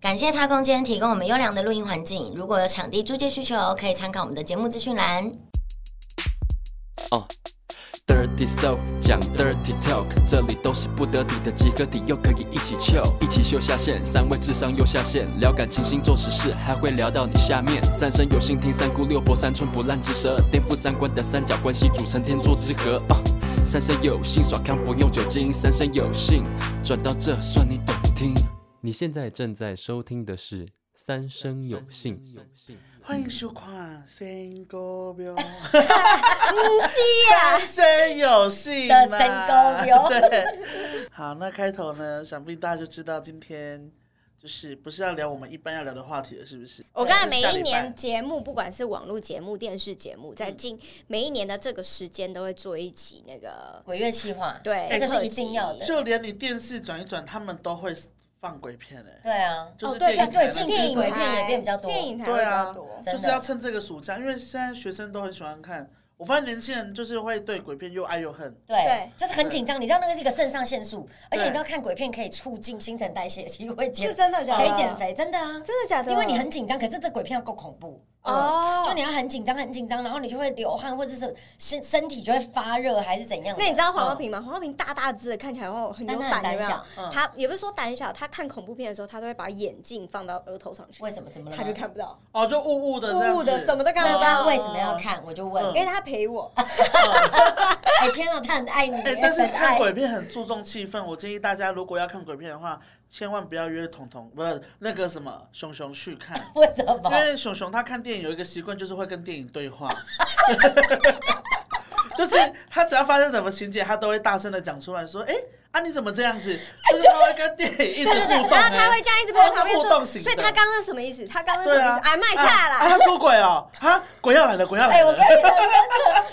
感谢他空间提供我们优良的录音环境。如果有场地租借需求，可以参考我们的节目资讯栏。 Dirty Soul 讲 Dirty Talk，这里都是不得体的集合体，又可以一起 chill，一起秀下限，三位智商又下线，聊感情、星座、时事，还会聊到你下面。三生有幸听三姑六婆，三寸不烂之舌，颠覆三观的三角关系组成天作之合。啊、三生有幸耍康不用酒精，三生有幸转到这算你懂听。你现在正在收听的是《三生有幸》。欢迎收看《新歌 标》，嗯，是啊，真有戏的嘛三高标对，好，那开头呢，想必大家就知道今天就是不是要聊我们一般要聊的话题了，是不是？我刚才就是每呃下一礼拜嗯年节目，不管是网络节目、电视节目，在近每一年的这个时间都会做一集那个，鬼月计划，对这个是一定要的。就连你电视转一转，他们都会放鬼片哎、对啊，就是哦对电影台对哎那近期些电影鬼台片也变比较多电影台会对比较啊多。，真的就是要趁这个暑假，因为现在学生都很喜欢看。我发现年轻人就是会对鬼片又爱又恨，对对，就是很紧张。你知道那个是一个肾上腺素，而且对你知道看鬼片可以促进新陈代谢，其实会减是，真的假可的？以减，肥，真的啊，真的假的？因为你很紧张，可是这鬼片要够恐怖。哦，就你要很紧张，很紧张，然后你就会流汗，或者是身身体就会发热，还是怎样的？那你知道黄浩嗯平吗？黄浩平大大只的，看起来哦很但有他很胆，胆有没有小？，嗯他也不是说胆小，他看恐怖片的时候，他都会把眼镜放到额头上去为，什么？嗯怎么了吗？他就看不到，哦，就雾雾的这样雾雾的，子啊什么都看那不他到。为什么要看？我就问。嗯因为他陪我，哎、天啊，他很爱你，哎、但是很看爱。鬼片很注重气氛，我建议大家如果要看鬼片的话，千万不要约彤彤，不是那个什么熊熊去 看，为什因么？为熊熊他看电影有一个习惯，就是会跟电影对 话，就是他只要发生什么情节，他都会大声的讲出来说，哎、啊你怎么这样子？就是他会跟电影一直对 对互对，动、然后他哎会这样一直陪我旁边他是互动说，型的所以他刚刚是什么意思？他刚刚是什对么啊意思？，哎，卖啊菜啦啊！！他出轨哦，啊，鬼要来了，鬼要哎、来我了跟。你讲，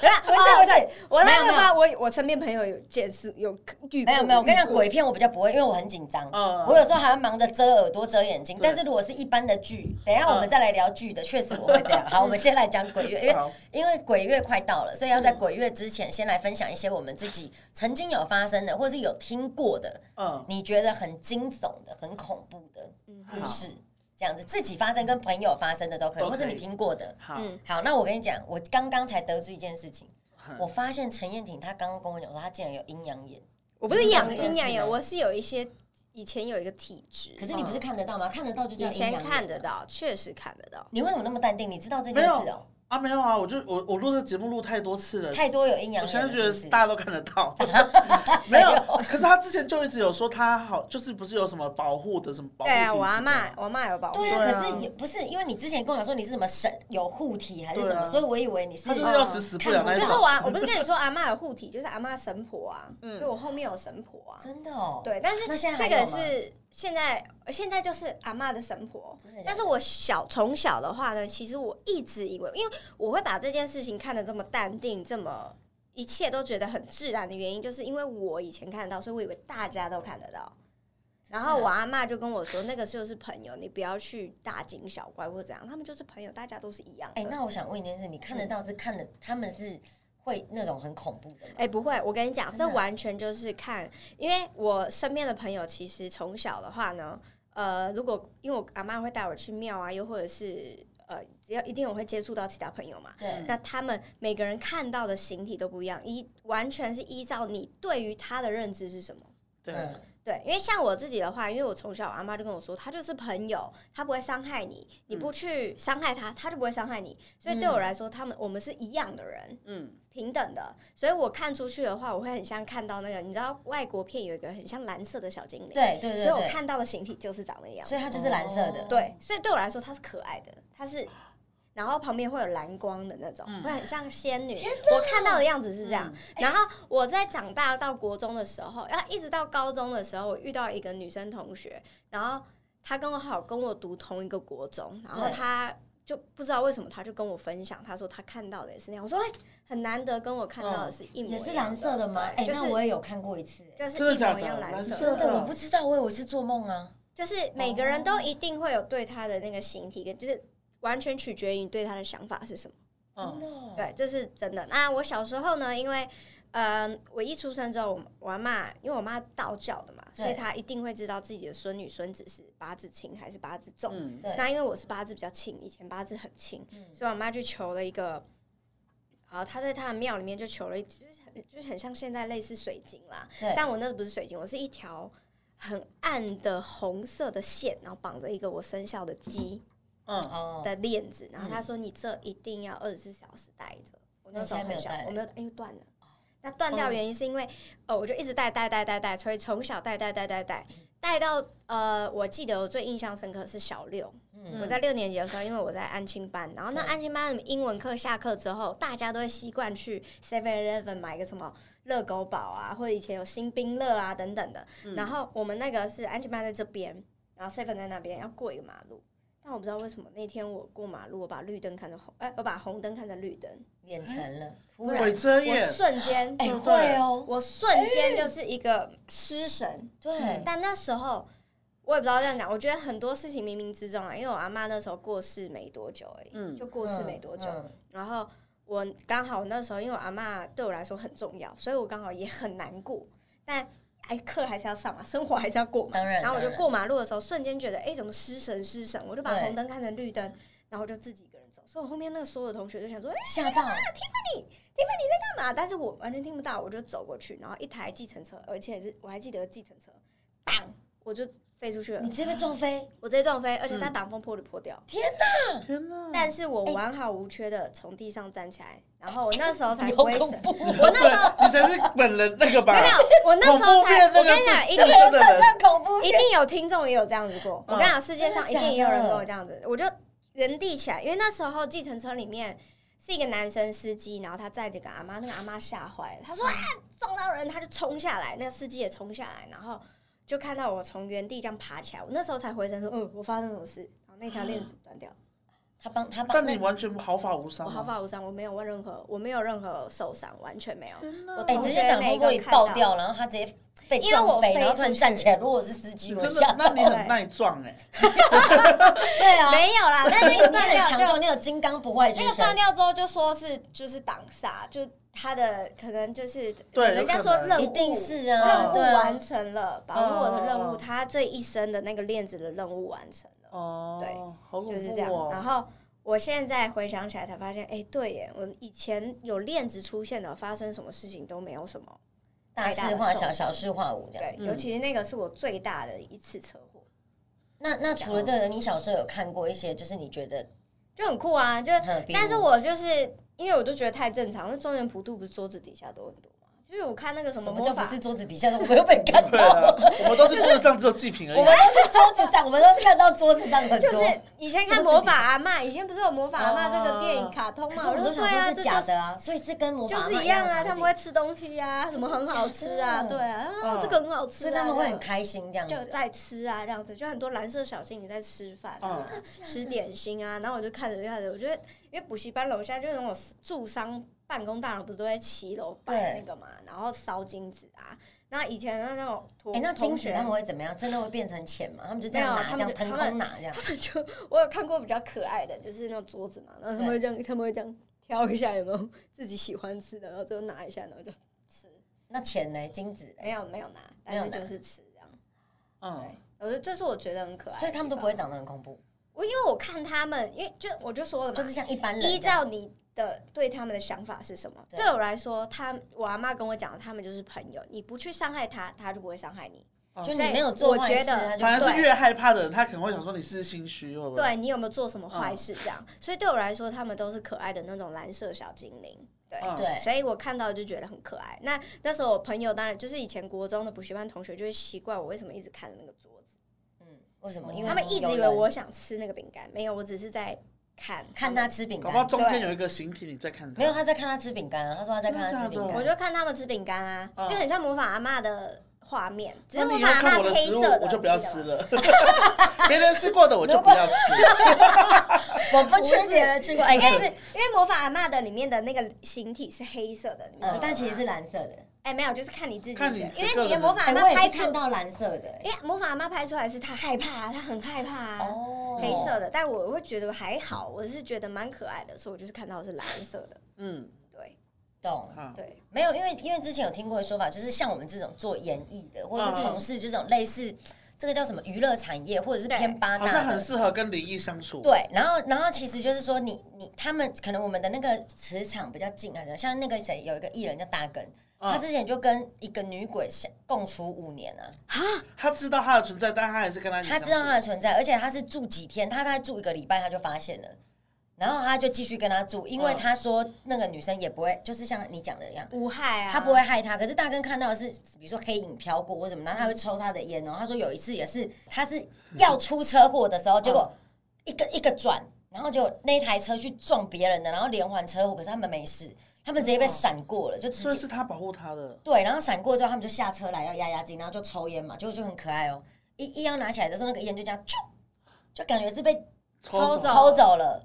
等一下不是哦不是我没那有个吧，我我身边朋友有见识有遇过，没有没有，我跟你遇讲，过鬼片我比较不会，因为我很紧张。嗯我有时候还会忙着遮耳朵、遮眼睛。对但是如果是一般的剧，等一下我们再来聊剧的，确实我会这样。好，我们先来讲鬼哎月，因为好因为鬼月快到了，所以要在鬼月之前，先来分享一些我们自己曾经有发生的，或是有听过的，嗯，你觉得很惊悚的、很恐怖的嗯故事，这样子自己发生跟朋友发生的都可以，都或可以是你听过的。好，嗯好，那我跟你讲，我刚刚才得知一件事情，嗯我发现陈燕婷她刚刚跟我讲说，她竟然有阴阳眼，我不是养你是阴阳这样眼，子我是有一些以前有一个体质，嗯可是你不是看得到吗？嗯看得到就叫以阴阳前眼。看得。到，确实看得到。你为什么那么淡定？你知道这件没事哦有、啊，没有啊，我就我我录这节目录太多次了，太多有阴阳眼我现了。在觉得是不哎是大家都看 得到，没有。可是他之前就一直有说他好，就是不是有什么保护的什么保护对体质的啊，我阿妈，我阿妈有保护对。啊，对可啊是也不是，因为你之前跟我讲说你是什么神有护体还是什么，对啊所以我以为你是哦他就是要死死不了那一就种。嗯是我啊，我不是跟你说阿 妈有护体，就是阿妈神婆啊，所以我后面有神婆啊。嗯真的哦。对，但是那现在还这有个吗是现在现在就是阿妈的神婆真的假的，但是我小从小的话呢，其实我一直以为，因为我会把这件事情看得这么淡定，这么一切都觉得很自然的原因，就是因为我以前看得到，所以我以为大家都看得到。然后我嗯阿妈就跟我说，那个就是朋友，你不要去大惊小怪或怎样，他们就是朋友，大家都是一样的。哎、那我想问一件事，你看得到是看的，他们是会那种很恐怖的吗？哎、不会，我跟你讲，真的这啊完全就是看，因为我身边的朋友其实从小的话呢，呃，如果因为我阿妈会带我去庙啊，又或者是呃，只要一定我会接触到其他朋友嘛，对，那他们每个人看到的形体都不一样，依完全是依照你对于他的认知是什么。对，嗯对，因为像我自己的话，因为我从小我阿妈就跟我说，他就是朋友，他不会伤害你，你嗯不去伤害他，他就不会伤害你。所以对我来说，他们我们是一样的人。嗯，平等的，所以我看出去的话，我会很像看到那个，你知道外国片有一个很像蓝色的小精灵，对对对所以我对，看到的形体就是长那样，所以它就是蓝色的。哦对，所以对我来说它是可爱的，它是，然后旁边会有蓝光的那种，嗯会很像仙女，我看到的样子是这样。然后我在长大到国中的时候，然后一直到高中的时候，我遇到一个女生同学，然后她跟我好跟我读同一个国中，然后对她就不知道为什么，她就跟我分享，她说她看到的也是那样。我说哎、很难得跟我看到的是一模一也样是蓝色的吗？哎、就那是我也有看过一次、哎就是真的一假模的一样蓝蓝色色真的。的，我不知道，我以为是做梦啊。就是每个人都一定会有对他的那个形体，跟就是完全取决于你对他的想法是什么。真嗯的哦，对，这是真的。那我小时候呢，因为嗯，我一出生之后，我我阿妈因为我妈道教的嘛，对所以她一定会知道自己的孙女孙子是八字轻还是八字重。嗯，对，那因为我是八字比较轻，以前八字很轻，嗯所以我妈就求了一个，好，她在她的庙里面就求了一，就是很就是很像现在类似水晶啦，对，但我那不是水晶，我是一条很暗的红色的线，然后绑着一个我生肖的鸡嗯，哦，的链子，然后她说你这一定要二十四小时戴着。我那时候那你现在没有哦很小戴，我没有，因为断了。那断掉的原因是因为，呃，我就一直戴戴戴戴戴，所以从小戴戴戴戴戴戴到呃，我记得我最印象深刻是小六，嗯我在六年级的时候，因为我在安亲班，然后那对安亲班的英文课下课之后，大家都会习惯去 Seven Eleven 买个什么热狗堡啊，或者以前有新冰乐啊等等的。嗯嗯然后我们那个是安亲班在这边，然后 Seven 在那边，要过一个马路。但我不知道为什么那天我过马路，我把绿灯看成红，哎、我把红灯看成绿灯，远程了，突然嗯鬼，遮嗯我眼，瞬间，哎，对不对会哦，我瞬间就是一个失神，嗯对，但那时候我也不知道这样讲，我觉得很多事情冥冥之中啊，因为我阿妈那时候过世没多久而已，嗯就过世没多久。嗯然后我刚好那时候，因为我阿妈对我来说很重要，所以我刚好也很难过，但哎，课还是要上嘛，生活还是要过嘛。当然，然后我就当过马路的时候，瞬间觉得哎、怎么失神失神？我就把对红灯看成绿灯，然后我就自己一个人走。所以我后面那个所有同学就想说，哎、吓到， 干嘛？但是我完全听不到，我就走过去，然后一台计程车，而且是我还记得计程车，砰，我就飞出去了你。直接被撞飞，我直接撞飞，而且嗯它挡风玻璃破掉。天哪！但是哎我完好无缺的从地上站起来，然后我那时候才好回恐 神。怖， 我那时候对你才是本人那个吧？没有，我那时候才，啊恐怖片那个我跟你讲，一定真的人太恐怖一定有听众也有这样子过。嗯我跟你讲，世界上一定也有人跟我这样子，我就原地起来，因为那时候计程车里面是一个男生司机，然后他载着个阿妈，那个阿妈吓坏了，他嗯说啊撞到人，他就冲下来，那个司机也冲下来，然后就看到我从原地这样爬起来，我那时候才回神说，嗯，我发生什么事？然后那条链子断掉，他帮他帮但那你完全毫发无伤我啊，毫发无伤，我没有问任何，我没有任何受伤，完全没有。天哪我哎，同直学接挡风每一玻个人璃看爆到掉，然后他直接被因为我撞飞，飞然后突然出去站起来。如果我是司机，你我真吓的，到那。你很耐撞哎，对啊，没有啦，但是那个断你很掉强就壮，你有金刚不坏之那个身断。掉之后就说是就是挡煞，就他的可能就是对人家有说可能任务一定是任啊，务对啊完，成了，把握我的任哦哦务，哦他这一生的那个链子的任务完成了，哦，好就是恐这样怖。然哦。后我现在回想起来才发现，哎，对耶，我以前有链子出现的，发生什么事情都没有什么。大事化小，小事化无这样。对，嗯尤其是那个是我最大的一次车祸，那那除了这个，你小时候有看过一些，就是你觉得就很酷啊，就很有比如，但是我就是因为我都觉得太正常，因为中原普渡不是桌子底下都很多嘛，就是我看那个什什么么魔叫不法，是桌子底下的，我没有被看对到，啊，我们都是桌子上只有祭品而我们已。啊都是桌子上，我们都是看到桌子上很就多。是以前看魔法阿嬷，以前不是有魔法阿嬷这个电影卡通啊可嘛，是我们都说想说是对啊，这就假是的啊，所以是跟魔法就是阿嬷一一样啊，的他场们景会吃东西啊，什么很好真的吃啊，假的对啊，他们嗯说哦这个很好吃所啊，以他们会很这样开心这样子。就在吃啊，这样子就很多蓝色小精灵在吃饭啊嗯，吃点心啊，然后我就看着看着，我觉得因为补习班楼下就那种住商办公大楼，不是都在骑楼摆对那个嘛，然后烧金子啊，然后以前的那种同哎、那金同子学他们会怎么样？真的会变成钱吗？他们就这样没拿，这有啊他们样就腾他空拿这样。他们 就我有看过比较可爱的，就是那种桌子嘛，然后他们会这样，他们会这样挑一下有没有自己喜欢吃的，然后最后拿一下，然后就吃。那钱呢？金子嘞没有没有拿，没有但是拿就是吃这样。嗯，我觉得这是我觉得很可爱，所以他们都不会。长得很恐怖，我因为我看他们，因为就我就说了嘛，就是像一般人这样。依照你的对他们的想法是什么？对对我来说，他我阿妈跟我讲，他们就是朋友，你不去伤害他，他就不会伤害你。哦就所你以没有做我坏觉事，得他就反而是对越害怕的人，他可能会想说你是不是心虚，会不会？对你有没有做什么坏事？这嗯样，所以对我来说，他们都是可爱的那种蓝色小精灵。对，嗯对所以我看到就觉得很可爱。那那时候我朋友当然就是以前国中的补习班同学，就会奇怪我为什么一直看那个桌子，嗯，为什么？因为哦他们一直有以为人我想吃那个饼干，没有，我只是在看看他他。吃饼搞不好干，中间有一个形体，你在看他。没有他在看他吃饼干啊。他说他在看他吃饼真的假的干，我就看他们吃饼干啊，嗯就很像模仿阿嬷的画面，只那是模你仿要阿看我的嬷是黑食物，色的，我就不要吃你知道吗。了。 别人吃过的我就不要吃。我不吃别人吃过，哎，但是因为模仿阿嬷的里面的那个形体是黑色的，你知嗯道吗，但其实是蓝色的，哎没有，就是看你自己的，看你因为个人的你的模仿阿哎，嬷我拍也是出看到蓝色的，哎因为魔法阿妈拍出来是她害怕，她很害怕、啊，哦黑色的。但我会觉得还好，我是觉得蛮可爱的，所以我就是看到的是蓝色的。嗯，对，懂。好，对，没有，因为因为之前有听过的说法，就是像我们这种做演艺的，或者是嗯从事这种类似这个叫什么娱乐产业，或者是偏八好大像很的。适合跟灵异相处。对，然后，然后其实就是说你，你他们可能我们的那个磁场比较近啊，像那个谁有一个艺人叫大根，嗯他之前就跟一个女鬼相共处五年啊，他知道他的存在，但他还是跟他一起他相处知道他的存在，而且他是住几天，他大概住一个礼拜他就发现了，然后他就继续跟他住，因为嗯他说那个女生也不会，就是像你讲的一样，无害啊，他不会害他，可是大根看到的是，比如说黑影飘过或什么，然后他会抽他的烟哦。他说有一次也是，他是要出车祸的时候，结嗯果一个一个转，然后就那台车去撞别人的，然后连环车祸，可是他们没事，他们直接被闪过了，就直所以接是他保护他的。对，然后闪过之后，他们就下车来要压压惊，然后就抽烟嘛，结果就很可爱哦，一一要拿起来的时候，那个烟就这样啾，就感觉是被抽走抽走了，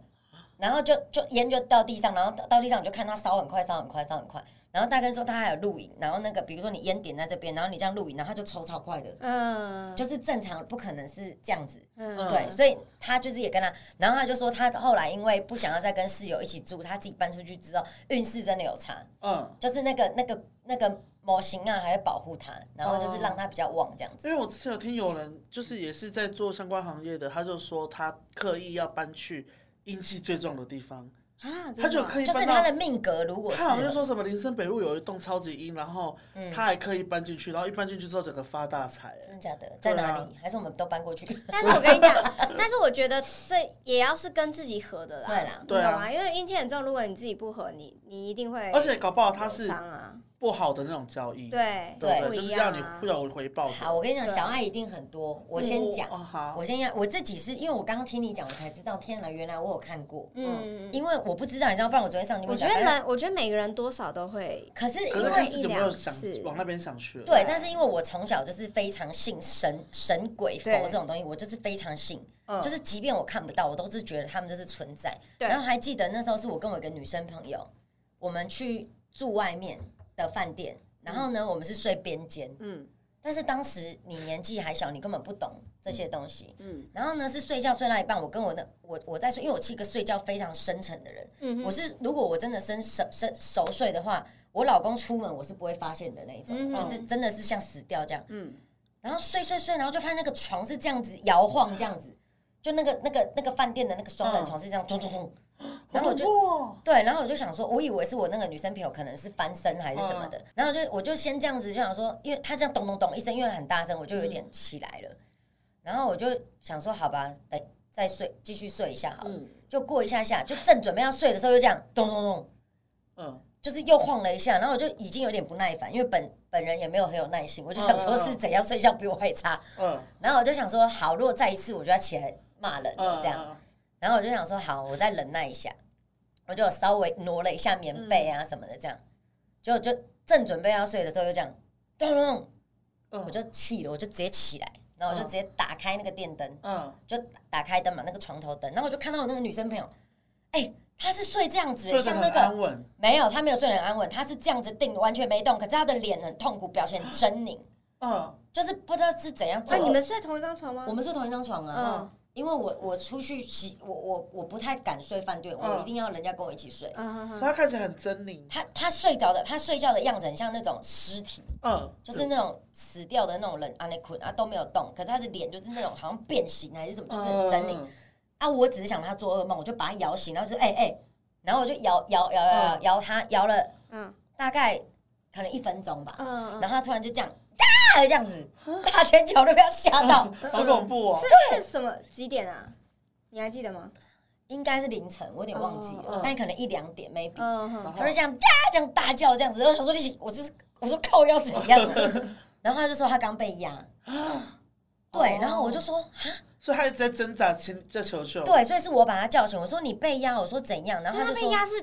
然后就就烟就掉地上，然后到到地上你就看它烧很快，烧很快，烧很快。然后大根说他还有录影，然后那个比如说你烟点在这边，然后你这样录影，然后他就抽超快的，嗯，就是正常不可能是这样子。嗯对，所以他就是也跟他，然后他就说他后来因为不想要再跟室友一起住，他自己搬出去之后，运势真的有差，嗯，就是那个那个那个模型啊还会保护他，然后就是让他比较旺这样子。因为我之前有听有人就是也是在做相关行业的，他就说他刻意要搬去阴气最重的地方，啊，真的他就吗刻嗯意就是搬他到的。命格如果是嗯啊嗯他好像就说什么林森北路有一栋超级阴，然后他还刻意搬进去，然后一搬进去之后整个发大财、哎真的假的，在哪对啊里？还是我们都搬过去？但是我跟你讲， 但是我觉得这也要是跟自己合的啦，对啦你对啊懂吗因为阴气很重，如果你自己不合，你你一定会而且搞不好他受是伤啊，不好的那种交易，对对不不对，就是一要样你啊会有回报的。好，我跟你讲，对啊嗯小爱一定很多。我先讲，哦，好，我先讲，我自己是因为我刚刚听你讲，我才知道，天哪，原来我有看过。嗯，因为我不知道，你知道，不然我昨天上你我们觉讲。反得正人，我觉得每个人多少都会，可是可因是为看自己有没有想因为一两次往那边想去了。对，但是因为我从小就是非常信神、神鬼、佛对这种东西，我就是非常信，嗯就是即便我看不到，我都是觉得他们就是存在。对然后还记得那时候是我跟我一个女生朋友，我们去住外面的饭店，然后呢，我们是睡边间，嗯但是当时你年纪还小，你根本不懂这些东西。嗯，然后呢，是睡觉睡到一半，我跟我的我我在睡，因为我是一个睡觉非常深沉的人。嗯我是如果我真的深熟深熟睡的话，我老公出门我是不会发现的那一种，嗯就是真的是像死掉这样。嗯，然后睡睡睡，然后就发现那个床是这样子摇晃，这样子，就那个那个那个饭店的那个双嗯人床是这样咚咚咚。 然后我就好恐怖哦对，然后我就想说，我以为是我那个女生朋友可能是翻身还是什么的，嗯然后就我就先这样子就想说，因为她这样咚咚咚一声，因为很大声，我就有嗯点起来了，然后我就想说，好吧，等再睡，继续睡一下好了，嗯就过一下下，就正准备要睡的时候，又这样咚咚咚，嗯，就是又晃了一下，然后我就已经有点不耐烦，因为本本人也没有很有耐心，我就想说嗯嗯嗯是怎样睡觉比我还差，嗯然后我就想说，好，如果再一次，我就要起来骂人了 嗯，这样。然后我就想说，好，我再忍耐一下，我就稍微挪了一下棉被啊什么的，这样，就就正准备要睡的时候，就这样，咚咚咚，嗯我就气了，我就直接起来，然后我就嗯直接打开那个电灯，嗯，就打开灯嘛，那个床头灯，然后我就看到我那个女生朋友，哎、她是睡这样子、欸睡得像很那个安稳，没有，她没有睡得很安稳，她是这样子定，完全没动，可是她的脸很痛苦，表情很狰狞，嗯就是不知道是怎样做那的。啊你们睡同一张床吗？我们睡同一张床啊，嗯因为我我出去洗，我我我不太敢睡饭店，我嗯一定要人家跟我一起睡。嗯所以嗯他看起来很狰狞，他他睡着的，他睡觉的样子很像那种尸体，嗯，就是那种死掉的那种人，啊，那捆啊都没有动，可是他的脸就是那种好像变形还是什么，就是很狰狞。嗯啊，我只是想他做噩梦，我就把他摇醒，然后就说哎哎、然后我就摇摇摇摇摇摇他，摇了嗯大概可能一分钟吧，嗯，然后他突然就这样啊这样子，大尖叫都被他吓到，好恐怖哦，这是什么几点啊？你还记得吗？应该是凌晨，我有点忘记了嗯嗯但可能一两点 maybe。嗯然哼后他就这样呀这样大叫这样子，然后想说你，我就是我说靠要怎样、 啊，然后他就说他刚被压，啊对，然后我就哦说所以他一直在挣扎，请在求救，，对，所以是我把他叫醒，我说你被压，我说怎样，然后那他他就被说压是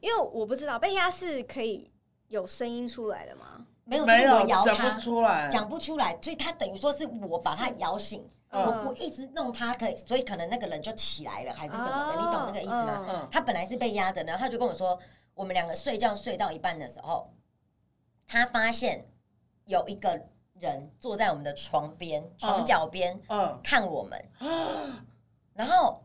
因为我不知道被压是可以有声音出来的吗？没有，没就是有我摇讲他不。出来，讲不出来，所以他等于说是我把他摇醒，嗯我我一直弄他，可所以可能那个人就起来了还是什么的，哦你懂那个意思吗？嗯他本来是被压的，然后他就跟我说，我们两个睡觉睡到一半的时候，他发现有一个人坐在我们的床边、床脚边、嗯看我们，然后。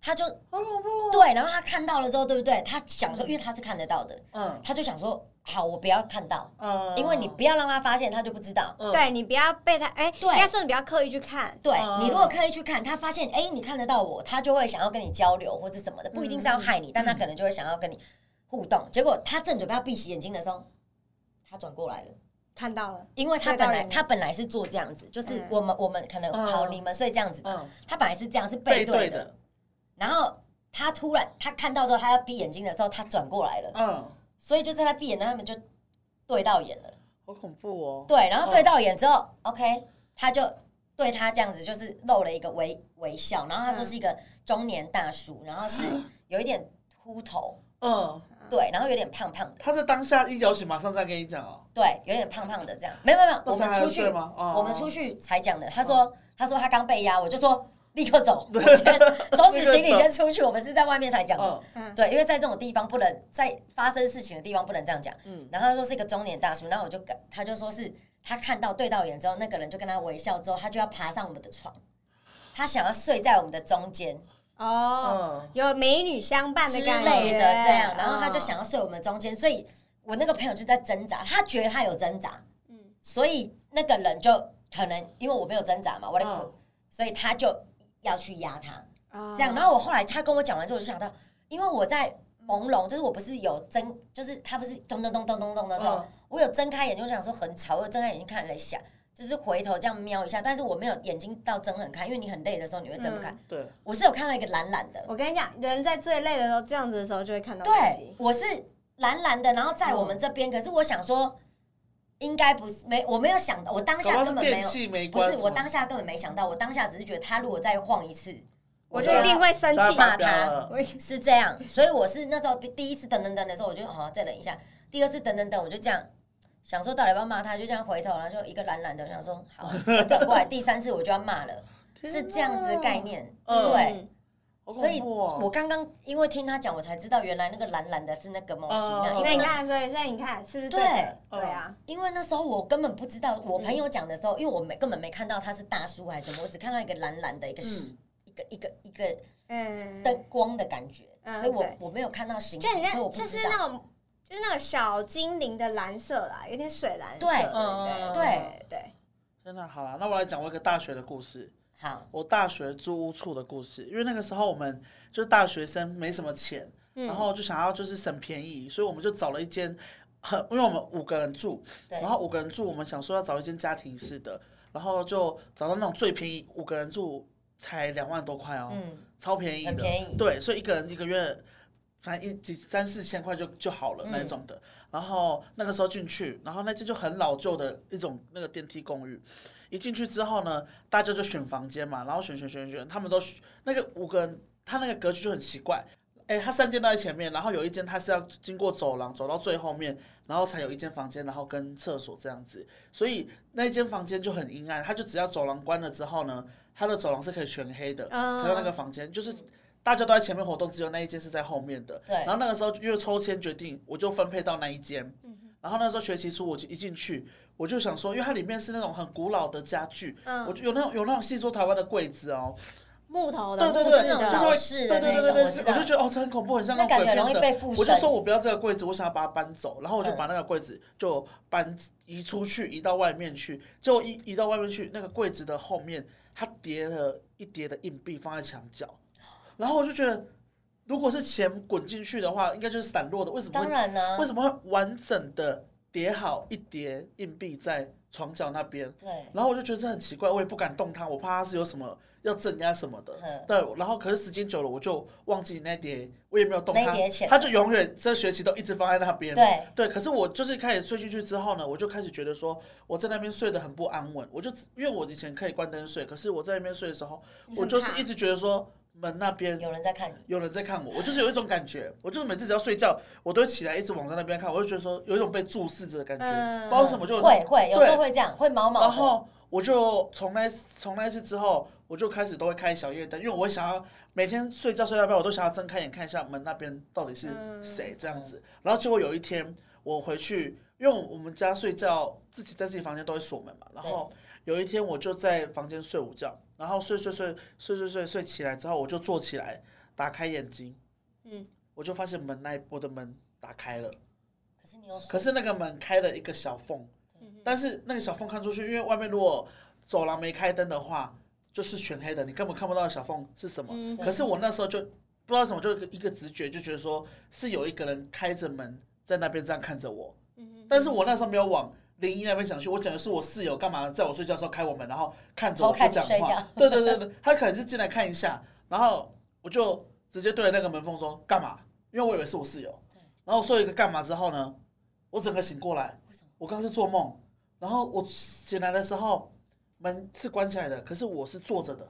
他就好恐怖哦。对，然后他看到了之后，对不对？他想说，因为他是看得到的，嗯他就想说，好，我不要看到，嗯因为你不要让他发现，他就不知道。嗯对你不要被他哎，对应该说你不要刻意去看，对嗯你如果刻意去看，他发现哎、你看得到我，他就会想要跟你交流或是什么的，不一定是要害你，但他可能就会想要跟你互动。结果他正准备要闭起眼睛的时候，他转过来了。看到了，因为他睡本到来人他本来是做这样子，就是嗯我们我们可能嗯好你们睡这样子，嗯他本来是这样是背背嗯对对的，的，然后他突然他看到之后，他要闭眼睛的时候，他转过来了，嗯，所以就在他闭眼，他们就对到眼了，好恐怖哦。对，然后对到眼之后，OK，他就对他这样子就是露了一个微微笑，然后他说嗯是一个中年大叔，然后是啊有一点秃头，嗯，对，然后有点胖胖的，他在当下一摇醒，马上再跟你讲哦。对，有点胖胖的这样，没有没有没有，那我才们还出有去睡吗？哦我们出去才讲的。他说，他说他刚被压，我就说 立刻走，我先收拾行李先出去。我们是在外面才讲的，嗯嗯，对，因为在这种地方不能在发生事情的地方不能这样讲。嗯然后他说是一个中年大叔，然后我就跟他就说是他看到对到眼之后，那个人就跟他微笑之后，他就要爬上我们的床，他想要睡在我们的中间哦，嗯有美女相伴之类的感的觉这样，然后他就，想哦要睡我们中间，所以我那个朋友就在挣扎，他觉得他有挣扎，嗯所以那个人就可能因为我没有挣扎嘛，我的嗯所以他就要去压他，哦这样。然后我后来他跟我讲完之后，我就想到，因为我在朦胧，就是我不是有睁，就是他不是咚咚咚咚咚咚的时候，嗯我有睁开眼睛，我想说很吵，我有睁开眼睛看了一下，就是回头这样瞄一下，但是我没有眼睛到睁很开，因为你很累的时候你会睁不开。嗯对，我是有看到一个蓝蓝的，我跟你讲，人在最累的时候，这样子的时候就会看到东对西，，我是蓝蓝的，然后在我嗯们这边，可是我想说。应该不是没，我没有想到，我当搞不下好根是本没电有，器没不关。是我当下根本没想到，我当下只是觉得他如果再晃一次，我就就一定会生抓气。骂他发飙了。我是这样，所以我是那时候第一次等等等的时候，我就好、再忍一下，第二次等等等，我就这样想说到底要不要骂他，就这样回头，然后就一个懒懒的我想说好，再转过来，第三次我就要骂了，天是这样子的概念，嗯对。嗯好所以恐怖我哦！刚刚因为听他讲，我才知道原来那个懒懒的是那个模型啊，嗯因那为你那看，所以所以你看，是不是对的嗯对啊，因为那时候我根本不知道，我朋友讲的时候，因为我没根本没看到他是大叔还是什么，我只看到一个蓝蓝的一个、嗯一个一个一个嗯，灯光的感觉，嗯所以我对我没有看到形体，就很所以我像，不就是知道。那种，就是那种小精灵的蓝色啦，有点水蓝色，对对对对对，真的好了，那我来讲我一个大学的故事。好，我大学租屋处的故事，因为那个时候我们就是大学生没什么钱，嗯嗯然后就想要就是省便宜，所以我们就找了一间很，因为我们五个人住，对然后五个人住，我们想说要找一间家庭式的，然后就找到那种最便宜，五个人住才两万多块哦，嗯，超便宜的，很便宜对，所以一个人一个月。反正一几三四千块就就好嗯了那种的，然后那个时候进去，然后那间就很老旧的一种那个电梯公寓，一进去之后呢，大家就选房间嘛，然后选选选选，他们都选那个五个人，他那个格局就很奇怪。哎，他三间都在前面，然后有一间他是要经过走廊走到最后面，然后才有一间房间，然后跟厕所这样子。所以那一间房间就很阴暗，他就只要走廊关了之后呢，他的走廊是可以全黑的，嗯才到那个房间，就是大家都在前面活动，只有那一间是在后面的。对然后那个时候因为抽签决定，我就分配到那一间。嗯然后那时候学期初，我就一进去，我就想说，因为它里面是那种很古老的家具，嗯我就有那种有那种细说台湾的柜子哦，木头的，对对木对，就质是那的种就老是式会的对对那对对种我知对，道我就觉得哦，这很恐怖，很像那那种感鬼觉容易片的。被附我就身说我不要这个柜子，我想要把它搬走，然后我就嗯把那个柜子就搬移出去，移到外面去。结果移移到外面去，那个柜子的后面，它叠了一叠的硬币放在墙角，然后我就觉得，如果是钱滚进去的话，应该就是散落的，为什么当会然啊呢、为什么会完整的叠好一叠硬币在床角那边？对，然后我就觉得这很奇怪，我也不敢动它，我怕它是有什么要镇压什么的嗯。对，然后可是时间久了，我就忘记那叠，我也没有动那它叠钱，它就永远这学期都一直放在那边。对可是我就是开始睡进去之后呢，我就开始觉得说我在那边睡得很不安稳，我就只因为我以前可以关灯睡，可是我在那边睡的时候，你很我就是怕一直觉得说门那边有人在看你，有人在看我，我就是有一种感觉，我就是每次只要睡觉，我都会起来一直往在那边看，我就觉得说有一种被注视着的感觉，嗯不知道为什么就有那会会有时候对会这样，会毛毛的。然后我就从那从那一次之后，我就开始都会开小夜灯，因为我会想要每天睡觉睡到一半，我都想要睁开眼看一下门那边到底是嗯谁这样子。然后结果有一天我回去，因为我们家睡觉自己在自己房间都会锁门嘛，然后有一天我就在房间睡午觉，然后睡睡睡睡睡睡睡起来之后，我就坐起来。打开眼睛，嗯，我就发现门那一我的门打开了，可是你有锁可是那个门开了一个小缝，但是那个小缝看出去，因为外面如果走廊没开灯的话，就是全黑的，你根本看不到小缝是什么。嗯可是我那时候就不知道为什么，就一个一个直觉就觉得说是有一个人开着门在那边这样看着我，嗯但是我那时候没有往。零一那边想去，我讲的是我室友干嘛，在我睡觉的时候开我门，然后看着我偷不看你讲睡话觉。对对对对， 他可能是进来看一下，然后我就直接对着那个门缝说干嘛，因为我以为是我室友。然后我说一个干嘛之后呢，我整个醒过来，我刚是做梦，然后我醒来的时候门是关起来的，可是我是坐着的，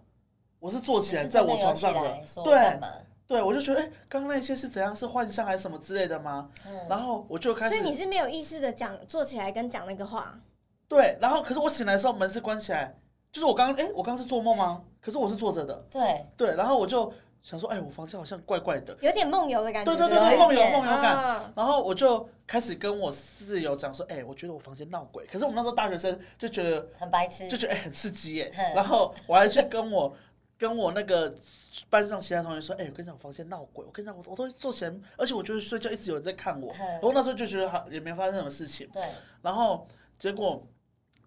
我是坐起来可是在真我的有床起上来的说，对干嘛对，我就觉得哎，刚刚那些是怎样是幻象还是什么之类的吗？嗯然后我就开所始以你是没有意识的讲做起来跟讲那个话，对，然后可是我醒来的时候门是关起来，就是我刚刚哎，我刚刚是做梦吗？可是我是坐着的，对，对，然后我就想说，哎，我房间好像怪怪的，有点梦游的感觉，对对不对对，有梦一游点梦游感。嗯然后我就开始跟我室友讲说，哎、我觉得我房间闹鬼。可是我们那时候大学生就觉得很白痴就，觉得哎、很刺激耶、哼然后我还去跟我跟我那个班上其他同学说，哎、我跟你讲，我房间闹鬼。我跟你讲，我我都会做前，而且我觉得睡觉一直有人在看我。哼然后那时候就觉得好也没发生什么事情。对，然后结果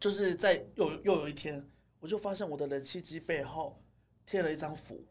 就是在又又有一天，我就发现我的冷气机背后贴了一张符，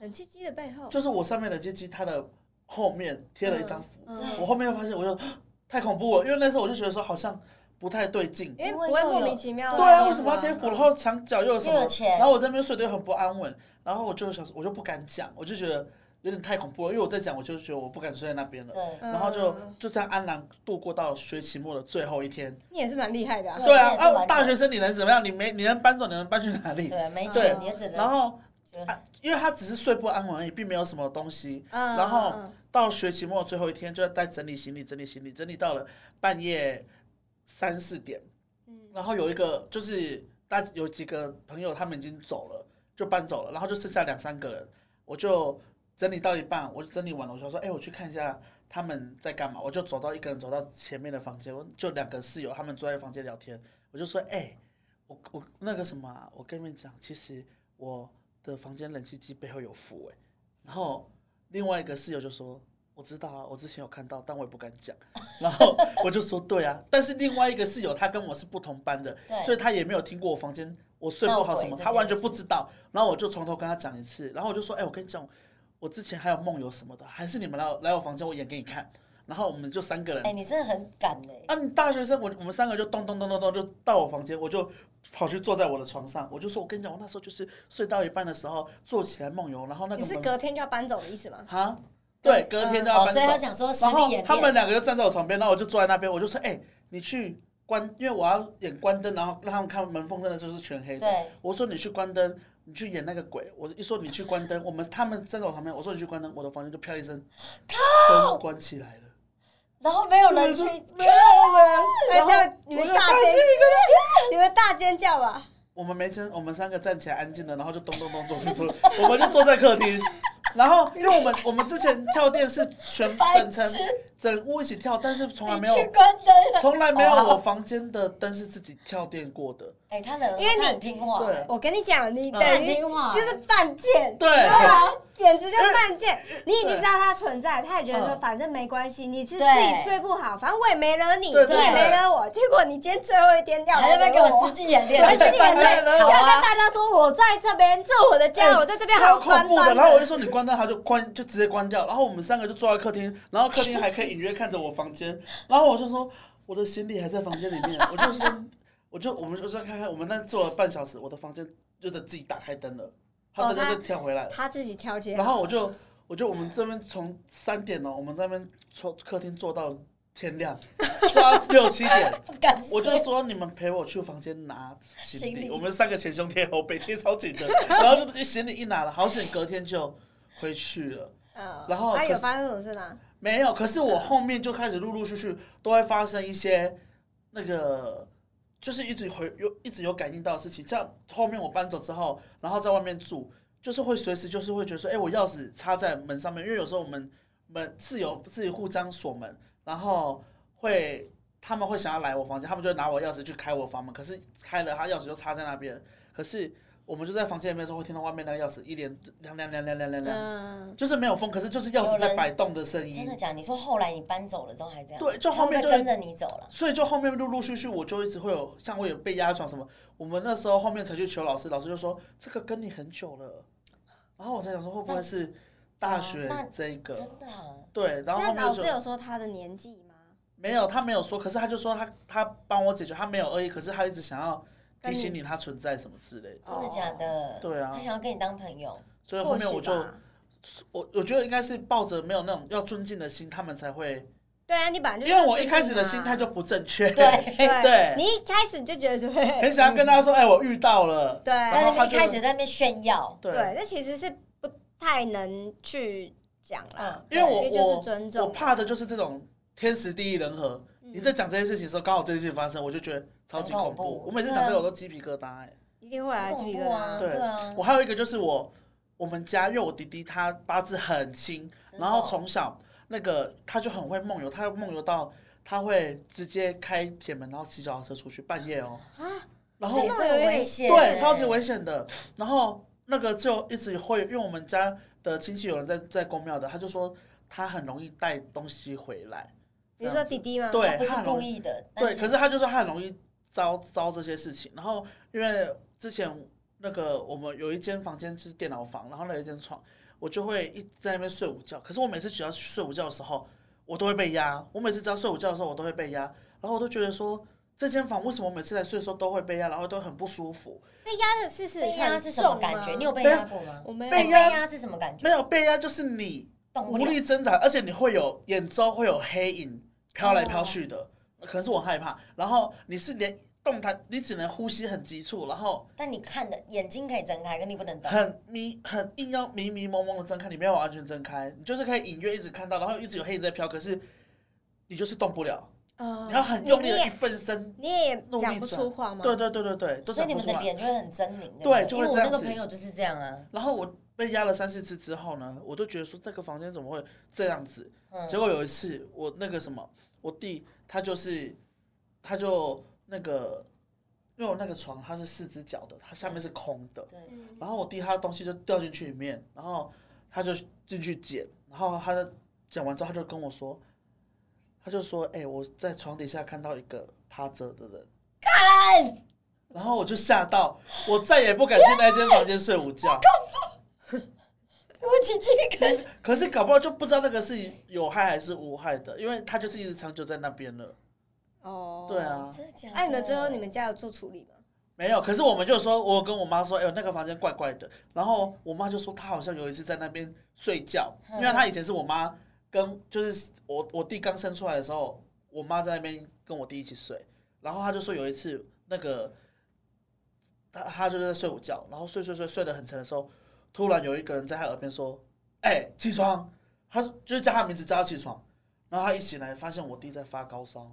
冷气机的背后，就是我上面冷气机它的后面贴了一张符。嗯对我后面又发现，我就 太恐怖了，因为那时候我就觉得说好像不太对劲。因为不会莫名其妙啊。对啊，为什么要贴符？嗯然后墙角又有什又么有？钱然后我在那边睡得又很不安稳，然后我就想说，我就不敢讲，我就觉得有点太恐怖了，因为我在讲，我就觉得我不敢睡在那边了。对，嗯然后就就这样安然度过到学期末的最后一天。你也是蛮厉害的啊。对对那啊，也是蛮啊，好大学生你能怎么样？你没你能搬走，你能搬去哪里？对，没对钱，你也只能然后就啊，因为他只是睡不安稳而已，并没有什么东西。嗯然后嗯到学期末最后一天，就在整理行李，整理行李，整理到了半夜三四点。嗯然后有一个就是大有几个朋友他们已经走了，就搬走了，然后就剩下两三个人，我就整理到一半，我就整理完了，我就说，哎、我去看一下他们在干嘛，我就走到一个人走到前面的房间，我就两个室友他们坐在房间聊天，我就说，哎、我我那个什么啊、我跟你们讲，其实我的房间冷气机背后有符哎、然后另外一个室友就说。我知道啊，我之前有看到，但我也不敢讲。 然后我就说对啊，但是另外一个室友他跟我是不同班的，对所以他也没有听过我房间我睡不好什闹鬼这么，件事他完全不知道。然后我就从头跟他讲一次，然后我就说，哎、我跟你讲，我之前还有梦游什么的，还是你们来我来我房间，我演给你看。然后我们就三个人，哎，你真的很敢哎，啊，你大学生，我我们三个就咚咚咚咚咚就到我房间，我就跑去坐在我的床上，我就说，我跟你讲，我那时候就是睡到一半的时候坐起来梦游，然后那你个不是门隔天就要搬走的意思吗？啊，对，隔天就要哦，搬所走。以他想说实然力后演他们练，两个就站在我床边，然后我就坐在那边，我就说：“哎、你去关，因为我要演关灯，然后让他们看门缝真的就是全黑的。对，我说：“你去关灯，你去演那个鬼。”我一说你去关灯，我们他们站在我旁边，我说：“你去关灯。”我的房间就飘一声，灯关起来了。然后没有人去我，就没有了，那然这后样哎你我们就大翻进尖去， 你们大尖叫啊吧！我们没真，我们三个站起来安静的，然后就咚咚咚走去坐， 我们就坐在客厅。然后，因为我们我们之前跳电是全白整层痴，整屋一起跳，但是从来你没有去关灯了。 从来没有哦好我房间的灯是自己跳电过的。哎，他人因为你他很听话，对我跟你讲，嗯你他等很于听话，就是犯贱，对 啊，简直就犯贱。你已经知道它存在，他也觉得说嗯反正没关系，你是自己对睡不好，反正我也没惹你，你对对也没对惹我。结果你今天最后一天要还在那来边给我我实，际演练，而且去你关还灯在对要好跟啊，大家说我在这边，这我的家，哎啊我在这边还超有恐关怖灯的。然后我就说你关灯，他就关，就直接关掉。然后我们三个就坐在客厅，然后客厅还可以隐约看着我房间。然后我就说我的行李还在房间里 面，我就说我就我们就这样看看，我们那坐了半小时，我的房间就得自己打开灯了，他哦灯就他再跳回来了。他自己调节然，后我就我就我们这边从三点哦，我们在那边从客厅坐到天 亮，坐到六七点。不敢睡我就说你们陪我去房间拿行行李，李我们三个前胸贴后背贴超紧 的，然后就行李一拿了，好险隔天就回去了。嗯然后啊可有是发生什么事吗？没有，可是我后面就开始陆陆续续都会发生一些那个，就是一直回有一直有感应到的事情。像后面我搬走之后，然后在外面住，就是会随时就是会觉得说，哎、我钥匙插在门上面，因为有时候我们门室友自己互相锁门，然后会他们会想要来我房间，他们就会拿我钥匙去开我房门，可是开了他钥匙就插在那边，可是我们就在房间里面的时候会听到外面那个钥匙一连亮亮亮亮亮亮亮，嗯，就是没有风，可是就是钥匙在摆动的声真音的。假的？你说后来你搬走了之后还这样？对就他后们面就跟着你走了。所以就后面陆陆续续，我就一直会有，像我也被压床什么。我们那时候后面才去求老师，老师就说这个跟你很久了，然后我才想说会不会是大学哦那这个真的啊，对，然后那后老面师就有说他的年纪吗？没有他没有说，可是他就说他他帮我解决，他没有恶意，可是他一直想要提醒你他存在什么之类的。哦真的假的？对啊他想要跟你当朋 友，所以后面或许我就吧我我觉得应该是抱着没有那种要尊敬的心，他们才会，对啊，你本来就因为我一开始的心态就不正确，对，啊对，对你一开始就觉得 很对想要跟他说，哎，我遇到了，对 在那然后边他一就开始在那边炫耀，对对，这其实是不太能去讲啦嗯，因为我对这就是尊重我怕的就是这种天时地利人和。你在讲这件事情的时候，刚好这件事情发生，我就觉得超级很恐恐怖怖。我每次讲这个我都鸡皮疙瘩哎。一定会来鸡恐皮疙怖啊，瘩。对啊我，还有一个就是我我们家，因为我弟弟他八字很轻，真的然后哦从小那个他就很会梦游，他梦游到他会直接开铁门，然后骑脚踏车出去半夜哦，啊，然这后也是很危险，欸对超级危险的，然后那个就一直会，因为我们家的亲戚有人在在公庙的，他就说他很容易带东西回来，你是说弟弟吗？嗯他对，不是他很容故易意的，但对，可是他就说他很容易遭遭这些事情。然后因为之前那个我们有一间房间是电脑房，然后那有一间床，我就会一直在那边睡午觉。可是我每次只要去睡午觉的时候，我都会被压。我每次只要睡午觉的时候，我都会被压。然后我都觉得说，这间房为什么每次来睡的时候都会被压，然后都很不舒服？被压的是是被压是什么感觉？你有被没有压过吗？我没有哎被被压压是什么感觉没？有被压就是你动不无了，力挣扎，而且你会有眼周会有黑影飘来飘去的，哦可能是我害怕。然后你是连动弹，你只能呼吸很急促，然后。但你看的眼睛可以睁开，可你不能动。很迷，很硬要迷迷蒙蒙的睁开，你没有完全睁开，你就是可以隐约一直看到，然后一直有黑影在飘，可是你就是动不了，嗯哦你要很用力你的也一分身，你也努力讲不转出话吗？对对对对对，都所以讲你们不出的来。脸就会很狰狞，对不对就因会为我这样那个子朋友就是这样啊，然后我被压了三四次之后呢，我都觉得说这个房间怎么会这样子？嗯，结果有一次我那个什么，我弟他就是他就那个，因为我那个床它是四只脚的，它下面是空的，对，嗯，然后我弟他的东西就掉进去里面，然后他就进去捡，然后他就捡完之后他就跟我说，他就说：“哎、我在床底下看到一个趴着的人。”然后我就吓到，我再也不敢去那间房间睡 午觉。我起鸡皮疙瘩，可是搞不好就不知道那个是有害还是无害的，因为他就是一直长久在那边了。哦，对。啊，真的假的？哎，你们最后你们家有做处理吗？没有。可是我们就说，我跟我妈说，哎、呦那个房间怪怪的。然后我妈就说，她好像有一次在那边睡觉，因为她以前是我妈跟就是我我弟刚生出来的时候，我妈在那边跟我弟一起睡。然后她就说有一次那个她她就是在睡午觉，然后睡睡睡睡得很沉的时候，突然有一个人在她耳边说：“哎、起床！”她就是叫她名字，叫她起床。然后她一醒来，发现我弟在发高烧。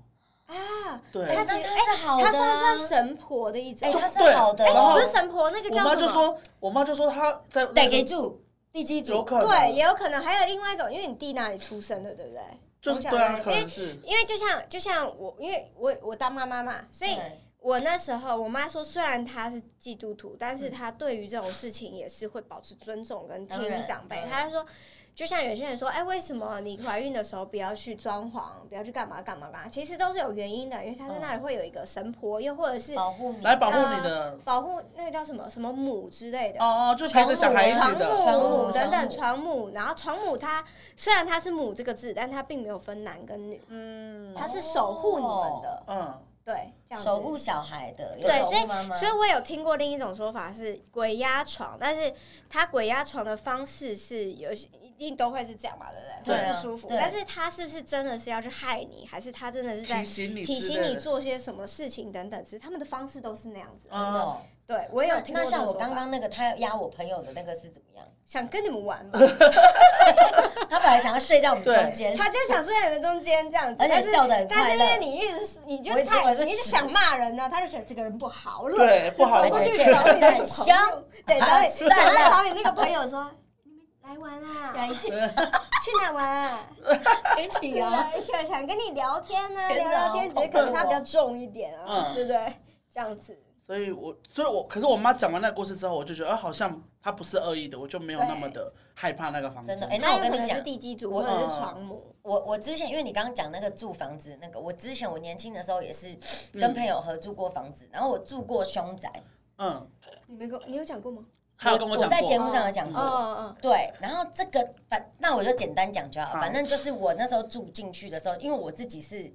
啊，对，哎，她那其实他是好的他啊，算不算神婆的一种哎，？他对是好的哎，然后哦，不是神婆，那个我叫妈什就么？说，我妈就说她在那得个给住第几有组，可能，对，也有可能还有另外一种，因为你弟那里出生的，对不对？就是从小对啊，就可因为能是因为就像就像我，因为我我当妈妈嘛，所以对我那时候我妈说，虽然她是基督徒，但是她对于这种事情也是会保持尊重跟当听然长辈当。然她就说，就像有些人说，哎，为什么你怀孕的时候不要去装潢，不要去干嘛干嘛干嘛？其实都是有原因的，因为她在那里会有一个神婆，又或者是保护你，来保护你的保护那个叫什么什么母之类的。哦哦，就是陪着小孩一起床的，床母母等等，床床母，然后床母它虽然它是母这个字，但它并没有分男跟女，嗯它是守护你们的，嗯，对，这样子守护小孩的，有对守护妈妈，所以我有听过另一种说法是鬼压床，但是它鬼压床的方式是有一定都会是这样嘛，对不对？对啊很不舒服。对但是它是不是真的是要去害你，还是它真的是在提醒你提之醒类你的，做些什么事情等等？其实他们的方式都是那样子。真的嗯，哦。对我也有那听过那这像种我说法。刚刚那个，他要压我朋友的那个是怎么样？想跟你们玩 嘛，他本来想要睡在我们对中 间，他就想睡在你们中间这 样子，而且但是笑得很但快是因为乐。你一直你就我一直以太为是你就屎想骂人呢、啊他就觉得这个人不好了，对，不好走我过觉玩得，去找你那个朋香友， 对，然后散了然后找你那个朋友说，你们来玩啊，一起 去哪玩啊？ 一起对 啊！啊，想想跟你聊天啊，天聊哪聊天，只好是可能酷他哦比较重一点啊，嗯对不对？这样子，所以我，所以我，可是我妈讲完那个故事之后，我就觉得，哎、好像她不是恶意的，我就没有那么的害怕那个房间。真的 哎那它我有跟可你能讲是地基组我或者嗯是床母，我我之前因为你刚刚讲那个住房子那个，我之前我年轻的时候也是跟朋友合住过房子，然后我住过凶宅，嗯，你没跟我你有讲过吗？她有跟我讲在节过，目上有讲过。哦哦，对，然后这个反，那我就简单讲就好。好反正就是我那时候住进去的时候，因为我自己是，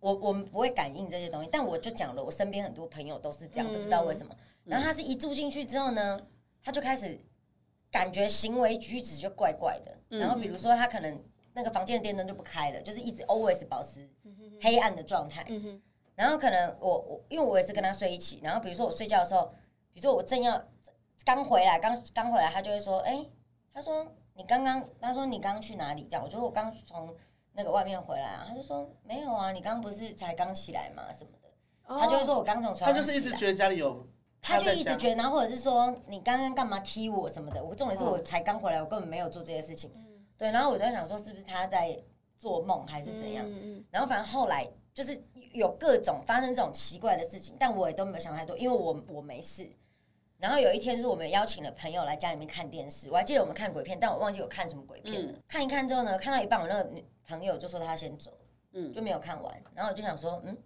我我们不会感应这些东西，但我就讲了，我身边很多朋友都是这样，嗯不知道为什么。然后他是一住进去之后呢，他就开始感觉行为举止就怪怪的。然后比如说他可能那个房间的电灯就不开了，就是一直 always 保持黑暗的状态。嗯哼，然后可能我我因为我也是跟他睡一起，然后比如说我睡觉的时候，比如说我正要刚回来，刚刚回来，他就会说，哎、他说你刚刚，他说你刚刚去哪里？这样，我就说我刚从那个外面回来啊，他就说没有啊，你刚不是才刚起来嘛什么的，他就会说我刚从她床就上是一起直来。觉得家里有，哦他就在一直家觉得，然后或者是说你刚刚干嘛踢我什么的，我重点是嗯我才刚回来，我根本没有做这些事哦情，对，然后我就在想说是不是他在做梦还嗯是怎样，嗯然后反正后来就是有各种发生这种奇怪的事情，但我也都没有想太多，因为我我没事。然后有一天是我们邀请了朋友来家里面看电视，我还记得我们看鬼片，但我忘记我看什么鬼嗯片了。看一看之后呢，看到一半，我那个女朋友就说她先走，嗯就没有看完。然后我就想说，嗯，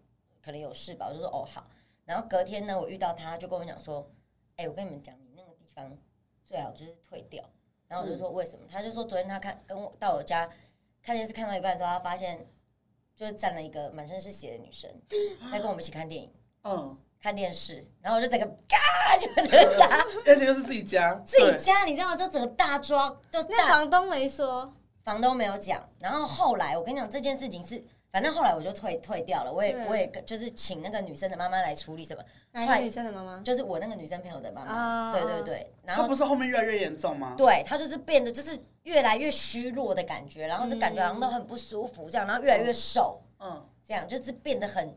可能有事吧，我就说哦好。然后隔天呢，我遇到她，她就跟我讲说，哎、我跟你们讲，你那个地方最好就是退掉。然后我就说为什么？她就说昨天她看跟我到我家看电视看到一半的时候，她发现就是站了一个满身是血的女生，在跟我们一起看电影、嗯，看电视，然后我就整个嘎，就是整个大而且又是自己家，自己对家，你知道吗？就整个大抓，就是那大房东没说，房东没有讲。然后后来我跟你讲这件事情是，反正后来我就退退掉了，我也对我也跟就是请那个女生的妈妈来处理什么，哪一个女生的妈妈？就是我那个女生朋友的妈妈，啊对对对，然她后不是后面越来越严重吗？对她就是变得就是越来越虚弱的感觉，然后就感觉好像都很不舒服这样，然后越来越瘦。嗯，这样就是变得很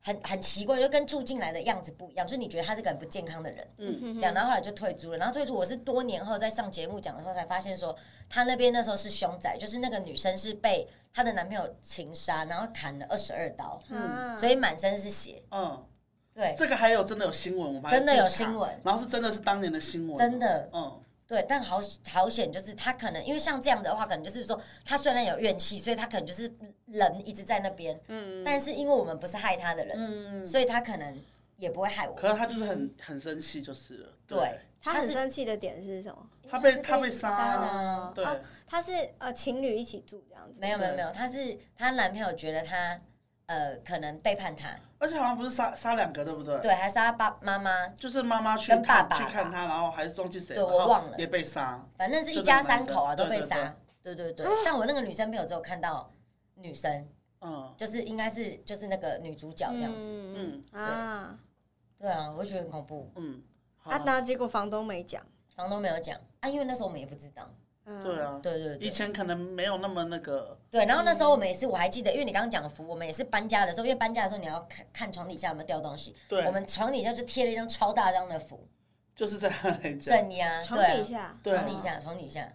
很很奇怪，就跟住进来的样子不一样，就是你觉得他是个很不健康的人，嗯这样，然后后来就退租了，然后退租我是多年后在上节目讲的时候才发现说，他那边那时候是凶宅，就是那个女生是被她的男朋友情杀，然后砍了二十二刀，啊嗯所以满身是血，嗯，对，这个还有真的有新闻，我发现真的有自查新闻，然后是真的是当年的新闻，真，的。嗯，对，但好好险，就是他可能因为像这样的话，可能就是说他虽然有怨气，所以他可能就是人一直在那边，嗯，但是因为我们不是害他的人，嗯所以他可能也不会害我。可是她就是很很生气就是了，对，她很是生气的点是什么？她被是她被杀杀的了啊。对，哦她是呃情侣一起住这样子，没有没有对没有，她是她男朋友觉得她呃可能背叛她，而且好像不是杀杀两个，对不对？对，还是她爸妈妈，就是妈妈去跟爸看爸去吧看他，然后还是忘记谁，对然我后忘了也被杀。反正是一就家那个男三生口啊都对被对杀。对对对，但我那个女生朋友只有看到女生，嗯就是应该是就是那个女主角这样子。嗯嗯嗯啊对啊，我就觉得很恐怖，嗯，好啊，啦，然后结果房东没讲，房东没有讲啊，因为那时候我们也不知道。嗯对，啊，对对以对前可能没有那么那个，对，然后那时候我们也是，我还记得，因为你刚刚讲符，我们也是搬家的时候，因为搬家的时候你要看看床底下有没有掉东西，对我们床底下就贴了一张超大张的符，就是在他那家，镇压，床对啊底下，嗯对啊床底下，床底下。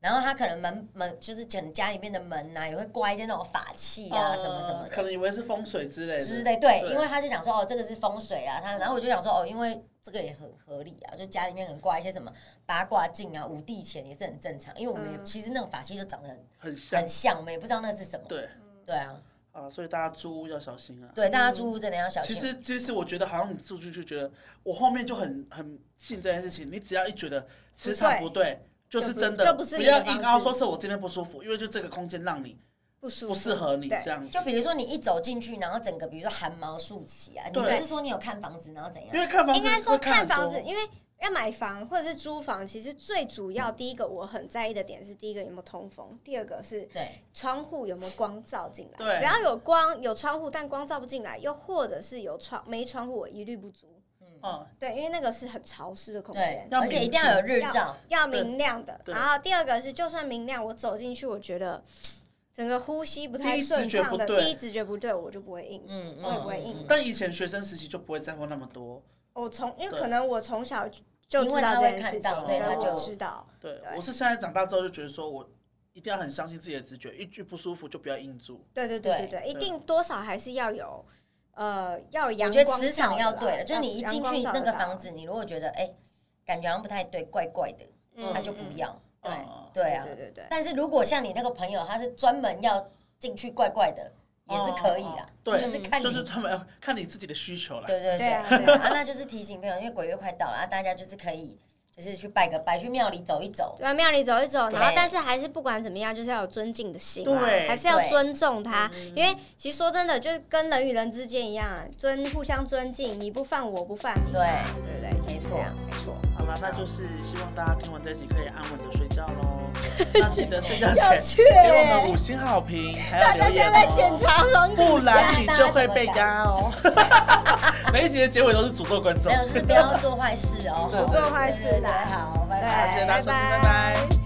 然后他可能门门就是可能家里面的门呐、啊也会挂一些那种法器啊，呃什么什么可的能以为是风水之类的之类。对，对因为他就讲说哦，这个是风水啊。他然后我就想说哦，因为这个也很合理啊，就家里面可能挂一些什么八卦镜啊、五帝钱也是很正常，因为我们也、嗯其实那种法器都长得很很像很，像，我们也不知道那是什么。对对啊，啊，所以大家租屋要小心啊。对，大家住屋真的要小其心。实，其实我觉得好像你住进去，觉得我后面就很很信这件事情。你只要一觉得磁场不不对，就是就不真的，就不是你的要房硬凹子说是我今天不舒服，因为就这个空间让你不舒服，不适合你对这样子。就比如说你一走进去，然后整个比如说汗毛竖起啊，你不对是说你有看房子，然后怎样因？为看房子应该说会看看房很子，多因为要买房或者是租房，其实最主要第一个我很在意的点是，第一个有没有通风，第二个是对，窗户有没有光照进来。对只要有光有窗户，但光照不进来，又或者是有窗没窗户，我一律不租。嗯，对，因为那个是很潮湿的空对间，，要而且明一定要有日要照。要明亮的。对然后第二个是，就算明亮，我走进去，我觉得整个呼吸不太第一直顺觉畅的，不对第一直觉不对，我就不会应付。嗯，嗯会不会硬嗯但以前学生时期就不会在乎那么多。我从因为对可能我从小就知因为他道这会件看事情，到所所以以他我就知道。对对我是现在长大之后就觉得说我一定要很相信自己的直觉，一句不舒服就不要硬住。对对对对对，一定多少还是要有呃要有我阳觉光得照的磁啦，场要对了，就是你一阳进光去照那得个到房，子，你如果觉得哎、感觉好像不太对，怪怪的，嗯那就不。要。对嗯对啊对，对对，但是如果像你那个朋友，他是专门要进去怪怪的，也是可以哦啦，对就是嗯看你，就是他们看你自己的需求啦。对对对对啊啊，对啊那就是提醒朋友，因为鬼月快到了，啊，大家就是可以就是去拜个拜，去庙里走一走，对啊，庙里走一走，对然后但是还是不管怎么样，就是要有尊敬的心啊，对还是要对嗯尊重他，因为其实说真的，就是跟人与人之间一样啊，尊互相尊敬，你不犯我不犯你，对，对不对？没是错这样，没 错。好了，那就是希望大家听完这集可以安稳的睡觉 喽。那记得睡觉前趣给我们五星好评，还有留言哦，查房不然你就会被压哦。 每一集的结尾都是诅咒观众没。有就是不要做坏事哦，对不做坏事对对啦对好，拜对拜好，谢谢大家收听，拜拜拜拜